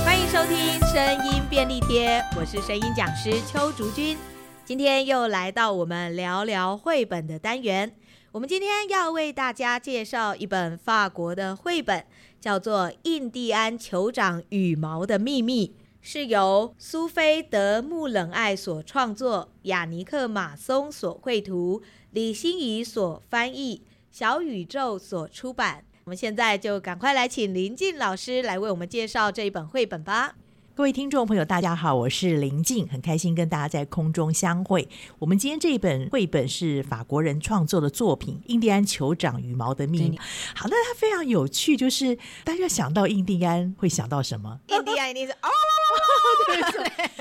听声音便利贴，我是声音讲师邱竹君。今天又来到我们聊聊绘本的单元。我们今天要为大家介绍一本法国的绘本，叫做《印第安酋长羽毛的秘密》，是由苏菲·德·穆冷爱所创作，雅尼克·马松所绘图，李欣怡所翻译，小宇宙所出版。我们现在就赶快来请林静老师来为我们介绍这一本绘本 吧。各位听众朋友，大家好，我是林静，很开心跟大家在空中相会。我们今天这本绘本是法国人创作的作品《印第安酋长羽毛的秘密》。好，那它非常有趣，就是大家想到印第安会想到什么？印第安一定是哦，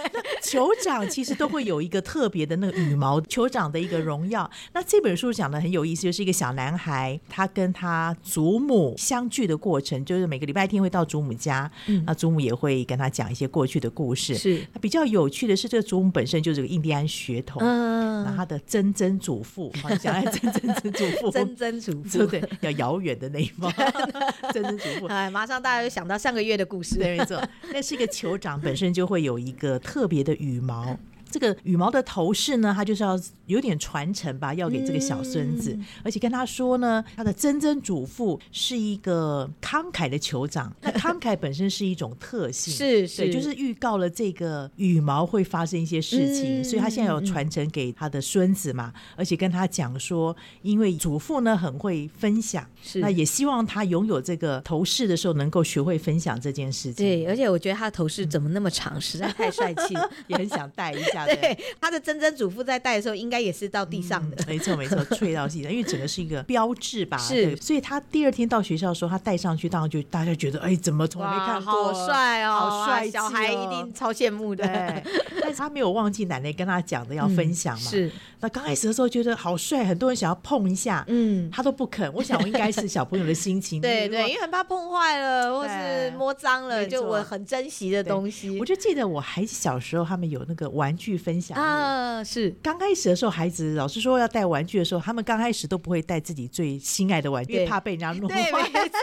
酋长其实都会有一个特别的那个羽毛酋长的一个荣耀。那这本书讲的很有意思，就是一个小男孩他跟他祖母相聚的过程，就是每个礼拜天会到祖母家，那祖母也会跟他讲一些过去的故嗯事。是，那比较有趣的是，这个祖母本身就是个印第安血统，那嗯，他的曾曾 祖父，哦好想爱曾曾曾祖父，曾曾祖父对，对，要遥远的那一 方，曾曾祖父。哎，马上大家就想到上个月的故事，对，没错，那是一个酋长本身就会有一个特别的羽毛。这个羽毛的头饰呢，它就是要有点传承吧，要给这个小孙子，嗯而且跟他说呢，他的曾曾祖父是一个慷慨的酋长，那慷慨本身是一种特性，是是，对，就是预告了这个羽毛会发生一些事情，嗯所以他现在有传承给他的孙子嘛，而且跟他讲说，因为祖父呢很会分享，是那也希望他拥有这个头饰的时候能够学会分享这件事情，对，，而且我觉得他的头饰怎么那么长，实在太帅 气了。也很想戴一 下，对，他的曾曾祖父在戴的时候，应该也是到地上的。嗯没错没错，吹到地上，因为整个是一个标志吧，是对所以他第二天到学校的时候，他戴上去，当然就大家觉得，哎，怎么从来没看过，好帅哦，好帅气哦小孩一定超羡慕的对。，但是他没有忘记奶奶跟他讲的要分享嗯嘛，是，那刚开始的时候觉得好帅，很多人想要碰一下，嗯，他都不肯。我想我应该是小朋友的心 情，对就是说对，因为很怕碰坏了，或是对摸脏了，没错就我很珍惜的东西我。就记得我孩子小时候，他们有那个玩具分享日。啊，是刚开始的时候，孩子老师说要带玩具的时候，他们刚开始都不会带自己最心爱的玩具，因为对怕被人家 弄 对，坏。没错，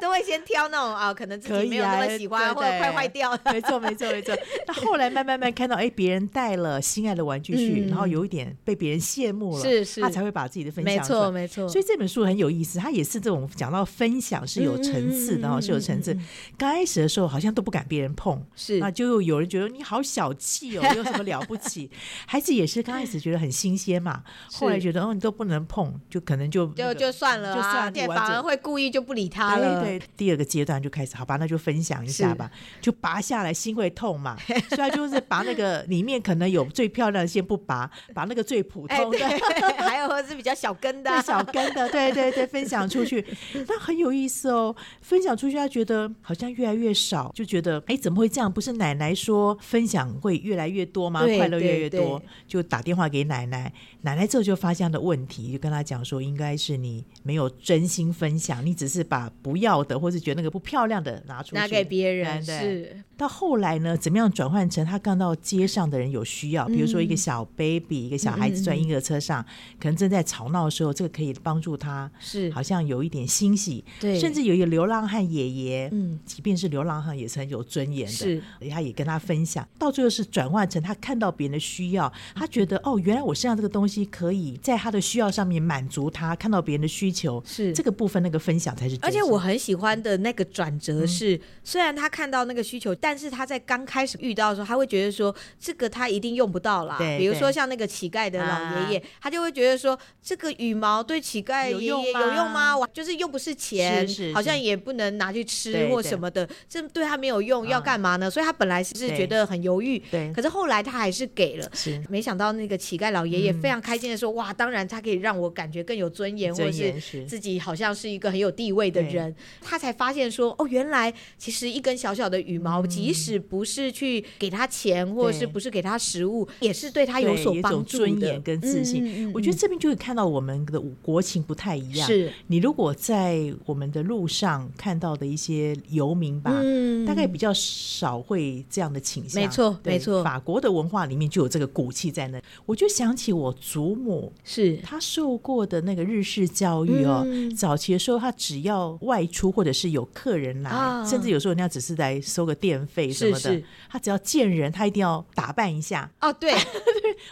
都会先挑那种啊，可能自可己以没有那啊么喜欢，对或者对快坏掉了。 没错，没错，没错。那后来慢慢慢看到，哎，别人带了心爱的玩具去，嗯然后有一点被别人羡慕了，是是他才会把自己的分享没出来错，没错。所以这本书很有意思，它也是这种讲到分享是有层次的嗯嗯嗯哦，嗯是有层次嗯。刚开始的时候好像都不敢别人碰，是那就有人觉得你好小气 哦，有什么了不起？孩子也是刚开始觉得很新鲜嘛，是后来觉得哦你都不能碰，就可能就就就算了就算啊，了对，你玩反着而会故意就不理他了。哎对对，第二个阶段就开始，好吧，那就分享一下吧，就拔下来，心会 痛嘛，所以他就是拔那个里面可能有最漂亮的先不拔，拔那个最普哎，通的，对， 还有是比较小根的啊对，小根的，对对对，分享出去，那很有意思哦。分享出去，他觉得好像越来越少，就觉得哎，怎么会这样？不是奶奶说分享会越来越多吗？对快乐越来越对多对，就打电话给奶奶。奶奶之后就发现他的问题，就跟他讲说，应该是你没有真心分享，你只是把不要的或是觉得那个不漂亮的拿出去拿给别人对是到后来呢，怎么样转换成他看到街上的人有需要，比如说一个嗯小 baby，、一个小孩子在婴儿车上，可能正在吵闹的时候，这个可以帮助他，是好像有一点欣喜。对甚至有一个流浪汉爷爷，嗯，即便是流浪汉也是很有尊严的，是，他也跟他分享，到最后是转换成他看到别人的需要，他觉得哦，原来我身上这个东西可以在他的需要上面满足他，看到别人的需求，是这个部分那个分享才是真实的。而且我很喜欢的那个转折是，嗯虽然他看到那个需求，但是他在刚开始遇到的时候，他会觉得说这个他一定用不到啦。对比如说对啊像那个乞丐的老爷爷，他就会觉得说这个羽毛对乞丐有爷爷用吗有用吗？我就是又不是钱，是是好像是也不能拿去吃对或对什么的，这对他没有用，要嗯干嘛呢？所以他本来是对觉得很犹豫，对可是后来他还是给了。是没想到那个乞丐老爷爷嗯非常开心的说：“哇，当然他可以让我感觉更有尊严，或者尊是严是自己好像是一个很有地位的人。”他才发现说：“哦，原来其实一根小小的羽毛，嗯即使不是去给他钱，或者是不是给他食物，也是对哎他有对所一种帮助的尊严跟自信。嗯嗯嗯我觉得嗯这边就会看到我们的国情不太一样。是你如果在我们的路上看到的一些游民吧，嗯大概比较少会这样的倾向。没错对没错法国的文化化里面就有这个骨气在那。我就想起我祖母，是她受过的那个日式教育哦，嗯早期的时候她只要外出或者是有客人来，啊甚至有时候人家只是来收个电费什么是的是，她只要见人，她一定要打扮一下。哦， 对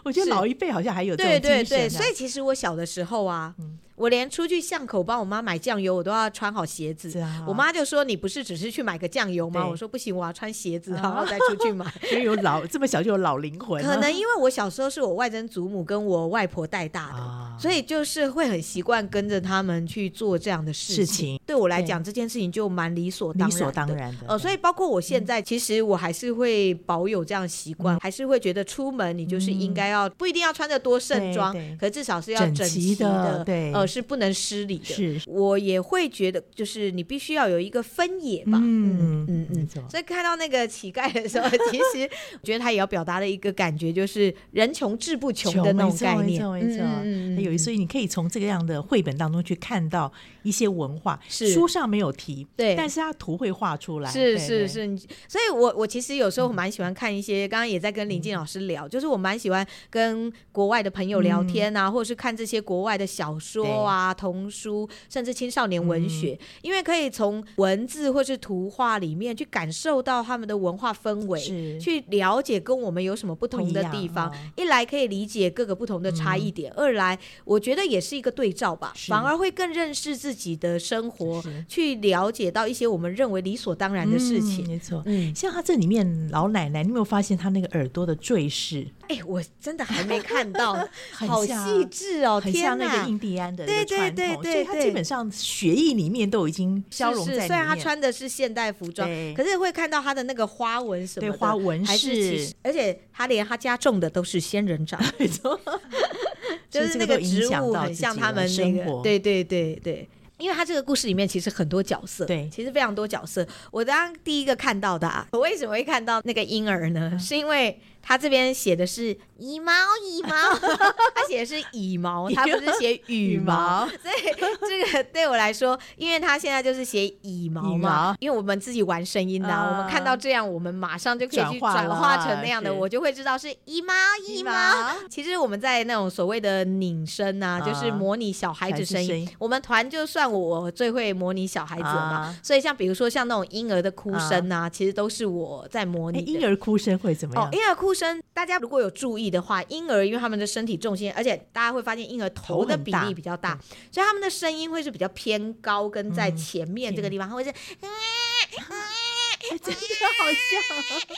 我觉得是老一辈好像还有这种对精神、嗯啊对对，所以其实我小的时候啊，我连出去巷口帮我妈买酱油，我都要穿好鞋是子。啊我妈就说：“你不是只是去买个酱油吗？”对啊我说：“不行，我要穿鞋子，然后再出去买。因为有老这么小就有老灵魂了，可能因为我小时候是我外曾祖母跟我外婆带大的，啊所以就是会很习惯跟着他们去做这样的事情。事情对我来讲，这件事情就蛮理所当理然的。所当然的。嗯呃，所以包括我现在，其实我还是会保有这样的习惯，还是会觉得出门你就是应该要不一定要穿的多盛装对对，可至少是要整齐齐的对呃，是不能失礼的。是我也会觉得，就是你必须要有一个分野吧。嗯嗯没嗯错，所以看到那个乞丐的时候， 其实我觉得他也要表达的一个感觉，就是人穷志不穷的那种概念。没错没错嗯没错。有一，所以你可以从这个样的绘本当中去看到一些文化，是书上没有提，对但是它图会画出来，是对嗯是，是，你所以我我其实有时候蛮喜欢看一些，刚刚也在跟林静老师聊，就是我蛮喜欢跟国外的朋友嗯聊天啊，或者是看这些国外的小说啊、童书，甚至青少年文学，嗯因为可以从文字或是图画里面去感受到他们的文化氛对围。是去了解跟我们有什么不同的地方，哦一来可以理解各个不同的差异点，二来我觉得也是一个对照吧，嗯是反而会更认识自己的生活是，去了解到一些我们认为理所当然的事嗯情。没错。嗯，像她这里面老奶奶，你有没有发现她那个耳朵的坠饰哎、我真的还没看到， 很好像细致哦，很像天那哪！个印第安的对那个传对统，对所对以她对基本上血液里面都已经消融是是在里面。虽然他穿的是现代服装，对可是会看到他的那个花纹什么对的，花纹还是饰其实，而且他连他家种的都是仙人 掌，没错，就是那个植物很像他们那个，对对对对。因为他这个故事里面其实很多角色，对其实非常多角色。我当第一个看到的啊，我为什么会看到那个婴儿呢？嗯是因为他这边写的是羽毛，羽 毛，他写的是羽毛，他不是写羽毛。，所以这个对我来说，因为他现在就是写羽毛羽嘛毛，因为我们自己玩声音的啊、啊我们看到这样，我们马上就可以去转化转了化成那样的，是我就会知道是羽毛，羽羽毛毛。 其实我们在那种所谓的拧声啊，啊就是模拟小孩子声孩子声音音。我们团就算我我最会模拟小孩子了嘛，啊所以像比如说像那种婴儿的哭声啊，其实都是我在模哎拟的。婴儿哭声会怎么哦样，？婴儿哭声，大家如果有注意的话，婴儿因为他们的身体重心，而且大家会发现婴儿头头的很比大嗯例比较大，所以他们的声音会是比较偏高，跟在前面这个地方，他会是，哎真的好像。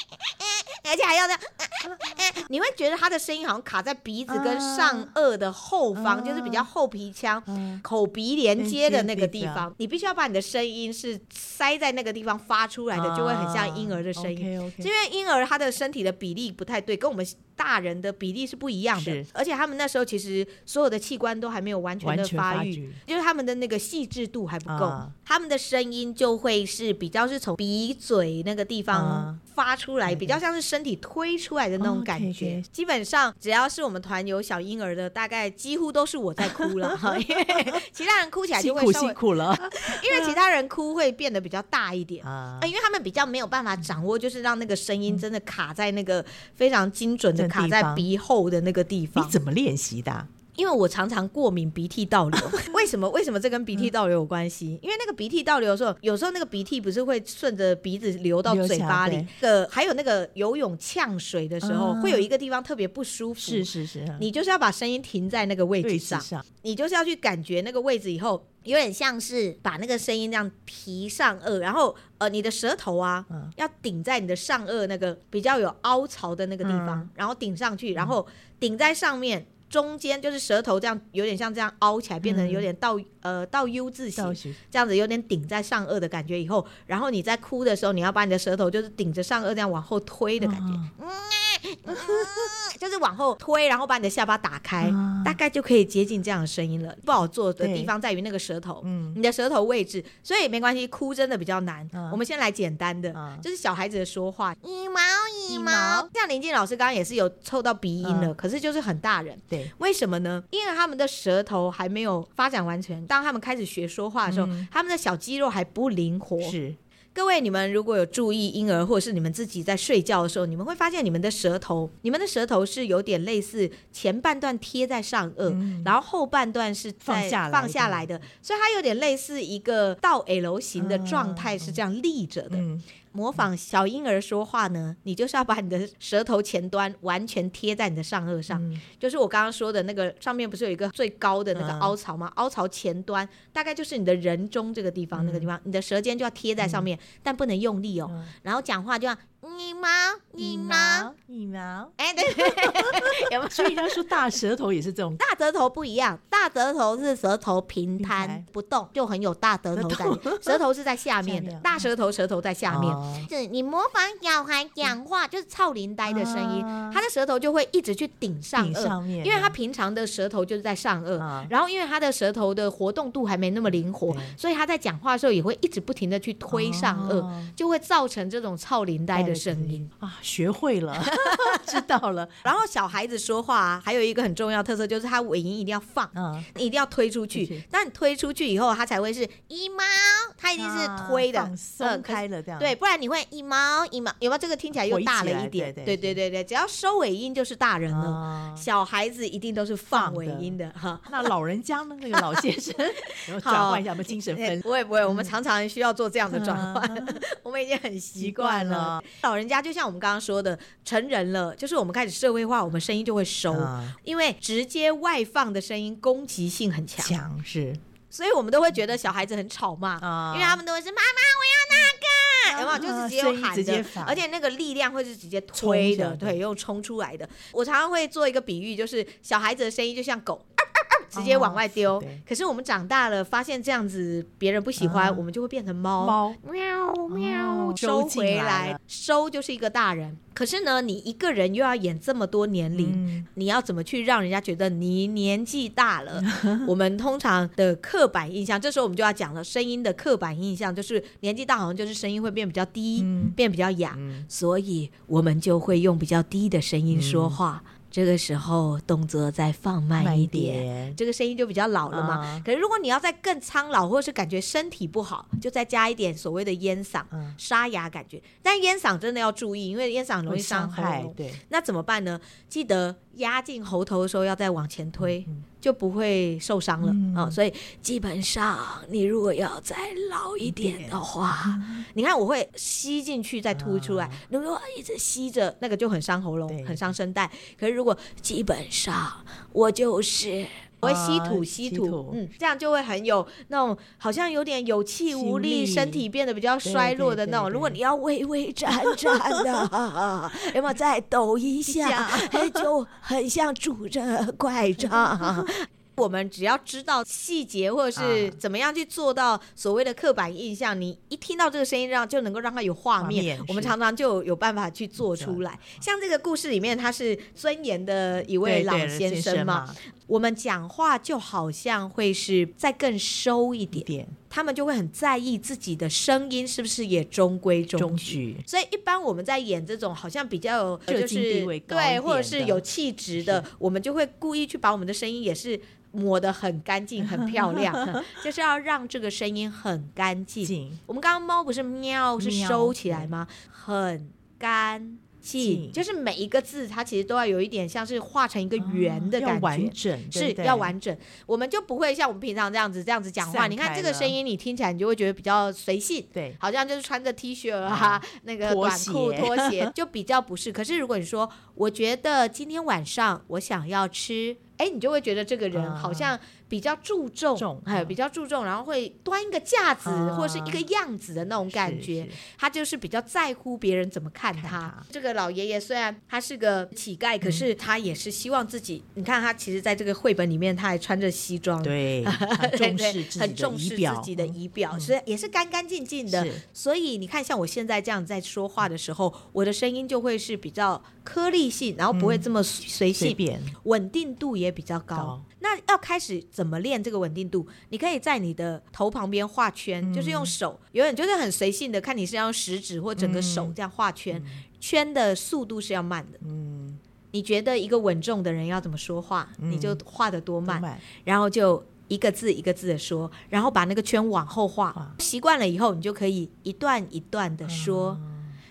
而且还要这呃样，呃你会觉得他的声音好像卡在鼻子跟啊上颚的后方，啊就是比较后皮腔。嗯口鼻连接的那个地连接地方，你必须要把你的声音是塞在那个地方发出来的，就会很像婴儿的声音。音是因为婴儿他的身体的比例不太对，跟我们大人的比例是不一样的是。而且他们那时候其实所有的器官都还没有完全完的全发发育，育就是他们的那个细致度还不够，啊他们的声音就会是比较是从鼻嘴那个地方啊发出来，对对比较像是身体推出来的那种感觉。 OK，OK 基本上只要是我们团有小婴儿的，大概几乎都是我在哭 了，哈，因为其他人哭起来就辛会苦稍微辛，苦了因为其他人哭会变得比较大一点。啊啊，！嗯因为他们比较没有办法掌握，就是让那个声音真的卡在那个非常精准的这个地卡在方鼻后的那个地你方。怎么练习的啊？因为我常常过敏鼻涕倒 流，为什么？为什么这跟鼻涕倒流有关系？因为那个鼻涕倒流的时候，有时候那个鼻涕不是会顺着鼻子流到流嘴下巴里对，呃，还有那个游泳呛水的时候，嗯会有一个地方特别不舒服。是是是，你啊就是要把声音停在那个位置位嗯置上，上你就是要去感觉那个位置以后，有点像是把那个声音这样提上颚，然后呃，你的舌头啊，嗯要顶在你的上颚那个比较有凹槽的那个地方，嗯然后顶上去，然后顶在上面。中间就是舌头这样，有点像这样凹起来，变成有点倒、呃倒 U 字形倒，学这样子有点顶在上颚的感觉。以后，然后你在哭的时候，你要把你的舌头就是顶着上颚这样往后推的感觉，啊就是往后推，然后把你的下巴打开，啊大概就可以接近这样的声音了。不好做的对地方在于那个舌头，嗯你的舌头位置，所以没关系，哭真的比较难。啊我们先来简单的，啊就是小孩子的说话，羽毛羽羽毛毛。像林静老师刚刚也是有凑到鼻音了，啊可是就是很大人。对，为什么呢？因为他们的舌头还嗯没有发展完全，当他们开始学说话的时候，他们的小肌肉还不灵活，是各位，你们如果有注意婴儿，或者是你们自己在睡觉的时候，你们会发现你们的舌头，你们的舌头是有点类似前半段贴在上颚，然后后半段是在嗯放下来的放下来的，所以它有点类似一个倒 L 型的状态，是这样立着的。嗯，模仿小婴儿说话呢，你就是要把你的舌头前端完全贴在你的上颚上，就是我刚刚说的那个上面不是有一个最高的那个嗯凹槽吗？凹槽前端大概就是你的人中这个地方，那个地方，你的舌尖就要贴在上面，但不能用力哦。嗯然后讲话就要你吗？你吗？，你吗？哎，对，有没有？所以他说大舌头也是这种大舌头不一样，大舌头是舌头平平摊摊不动，就很有大舌头感舌觉。舌头是在下面下的，面嗯大舌头舌头在下面。哦是你模仿小孩讲话，就是操林呆的声音，啊他的舌头就会一直去顶上顶颚，上面因为他的平常的舌头就是在上颚，啊然后因为他的舌头的活动度还没那么灵活对，所以他在讲话的时候也会一直不停的去推上颚，哦就会造成这种操林呆的声音。啊，学会 了，知道了，然后小孩子说话啊，还有一个很重要特色就是他尾音一定要放。嗯，你一定要推出去出去，但你推出去以后，它才会是一猫，它一定是啊推的，放嗯松可是开了这样，对，，不然你会一毛一毛，有没有？这个听起来又回大了起来一点。对对对对对是对只要收尾音就是大人了。啊，小孩子一定都是放放尾的音的哈。那老人家呢？那个老先 生，然后转换一下我们精神哎分不会不会，嗯我们常常需要做这样的转换，换，我们已经很习嗯习惯惯了了。老人家就像我们刚刚说的，成人了，就是我们开始社会化，我们声音就会收，啊因为直接外放的声音攻击性很强，强是所以我们都会觉得小孩子很吵骂，啊因为他们都会是妈妈我要那个，有没有？就是直接啊声用音喊直接的，发而且那个力量会是直接推的，冲下来对，用冲出来的。我常常会做一个比喻，就是小孩子的声音就像狗。啊啊啊直接往外丢，哦对可是我们长大了，发现这样子别人不喜欢，啊我们就会变成猫。猫喵喵，哦收收进回来来了，收就是一个大人。可是呢，你一个人又要演这么多年龄，嗯你要怎么去让人家觉得你年纪大 了？我们通常的刻板印象，这时候我们就要讲了，声音的刻板印象就是年纪大好像就是声音会变比较低，嗯变比较哑，嗯所以我们就会用比较低的声音说话。这个时候动作再放慢一点。嗯点，这个声音就比较老了嘛。啊可是如果你要再更苍老，或是感觉身体不好，就再加一点所谓的烟嗓、嗯沙哑感觉。但烟嗓真的要注意，因为烟嗓很容易会伤伤喉害咙。对，那怎么办呢？记得压进喉头的时候要再往前推，嗯就不会受伤了啊、嗯所以基本上你如果要再老一点的话， 你看我会吸进去再吐出来，嗯如啊果一直吸着，那个就很伤喉对咙，很伤声带。可是如果基本上我就是。我会吸吐，啊吸吸吐，吐嗯，这样就会很有那种好像有点有气无力，气力身体变得比较衰弱的那种。对对对如果你要巍巍展展 的，有没有再抖一 下，哎就很像拄着拐杖。 我们只要知道细节，或者是啊怎么样去做到所谓的刻板印象，你一听到这个声音，让就能够让它有画画面面。我们是常常就有办法去做出来。像这个故事里面，他是尊严的一位对老对先生生嘛，，我们讲话就好像会是再更收一一点，点他们就会很在意自己的声音是不是也中规中中矩。举，所以一般我们在演这种好像比较有社就经是地位高一对，点或者是的有气质的，我们就会故意去把我们的声音也是抹得很干净、很漂 亮，就是要让这个声音很干净。进我们刚刚猫不是喵是喵收起来吗？很干净，净就是每一个字它其实都要有一点像是画成一个圆的啊哦要感觉完。整是要。完整，我们就不会像我们平常这样子这样子讲话。散你看开这个了声音，你听起来你就会觉得比较随性，对不对好像就是穿着 T 恤啊，那个拖短裤、鞋拖 鞋就比较不是。可是如果你说，我觉得今天晚上我想要吃，哎，你就会觉得这个人啊好像比较注重，重哎，嗯比较注重，然后会端一个架子、啊或者是一个样子的那种对，感是觉。是他就是比较在乎别人怎么看他。看他这个老爷爷虽然他是个乞丐，可是他也是希望自己，你看他其实在这个绘本里面，他还穿着西装。 对，很对重对视自很己的重视仪自表，己的嗯仪表，所以也是干干净净的是。所以你看，像我现在这样在说话的时候，我的声音就会是比较颗粒性，然后不会这么随随性，便稳定度也比较高。高那要开始怎么练这个稳定度？你可以在你的头旁边画圈，就是用手，有点就是很随性的，看你是要用食指或整个手这样画圈，圈的速度是要慢的。嗯，嗯你觉得一个稳重的人要怎么说话，你就画得多慢，慢然后就一个字一个字的说，然后把那个圈往后画哇。习惯了以后，你就可以一段一段的说。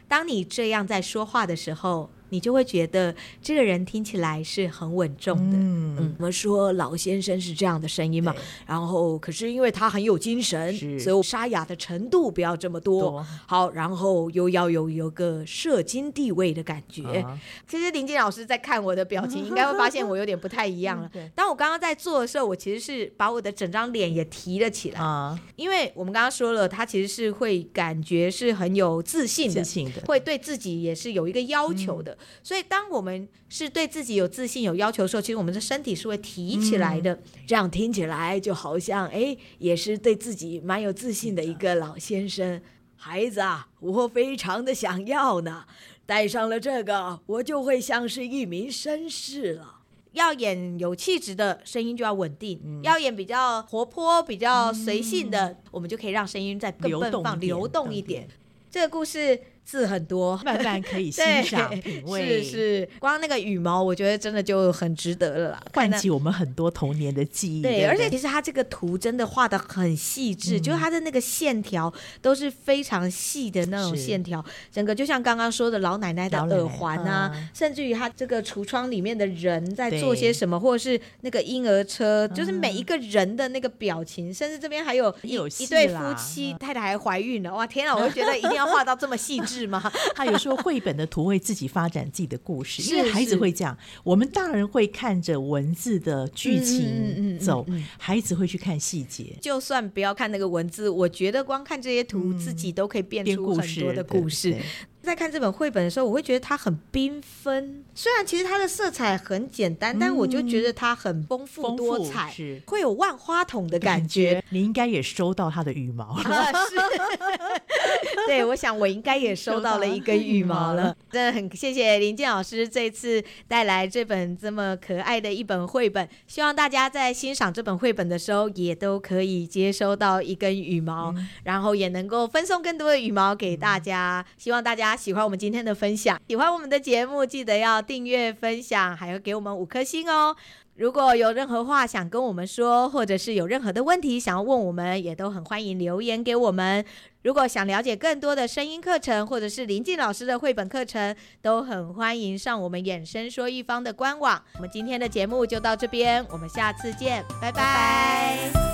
当你这样在说话的时候，你就会觉得这个人听起来是很稳重的。嗯，嗯，我们说老先生是这样的声音嘛对，然后可是因为他很有精神，是所以沙哑的程度不要这么多。多好，然后又要有有个社经地位的感觉。啊其实林静老师在看我的表 情，应该会发现我有点不太一样了嗯对。当我刚刚在做的时候，我其实是把我的整张脸也提了起来，啊，因为我们刚刚说了，他其实是会感觉是很有自信的嗯自。信的，会对自己也是有一个要求的。所以，当我们是对自己有自信、有要求的时候，其实我们的身体是会提起来的。这样听起来就好像，哎，也是对自己蛮有自信的一个老先生。孩子啊，我非常的想要呢，戴上了这个，我就会像是一名绅士了。要演有气质的声音就要稳定，要演比较活泼、比较随性的，我们就可以让声音再更流奔动放、一点嗯流动更一点点。这个故事字很多，慢慢可以 欣对，赏品味，是是，光那个羽毛，我觉得真的就很值得了啦。唤看起我们很多童年的记忆。那对，不而且其实它这个图真的画的很细致，就是它的那个线条都是非常细的那种是线条，整个就像刚刚说的老奶奶的老奶奶耳环啊，嗯甚至于它这个橱窗里面的人在对嗯做些什么，或者是那个婴儿车，就是每一个人的那个表情，甚至这边还有一有一戏对夫啦嗯妻，太太还怀孕了，哇，天啊，我就觉得一定要画到这么细致吗？他有时候绘本的图会自己发展自己的故 事，是因为孩是子会这样，我们大人会看着文字的嗯嗯剧嗯嗯情嗯走，孩子会去看细节。就算不要看那个文字，我觉得光看这些图，自己都可以变嗯编出故很事多的故事。对对在看这本绘本的时候，我会觉得它很缤纷。虽然其实它的色彩很简单，但我就觉得它很丰富丰多富彩，是会有万花筒的感感觉 觉。你应该也收到他的羽毛了，啊，是，对，我想我应该也收到了一 根羽毛了。真的很谢谢林健老师这次带来这本这么可爱的一本绘本，希望大家在欣赏这本绘本的时候，也都可以接收到一根羽毛，然后也能够分送更多的羽毛给大家。希望大家喜欢我们今天的分享，喜欢我们的节目，记得要订阅、分享，还要给我们五颗星哦。如果有任何话想跟我们说，或者是有任何的问题想要问我们，也都很欢迎留言给我们。如果想了解更多的声音课程，或者是林静老师的绘本课程，都很欢迎上我们衍生说一方的官网。我们今天的节目就到这边，我们下次见，拜拜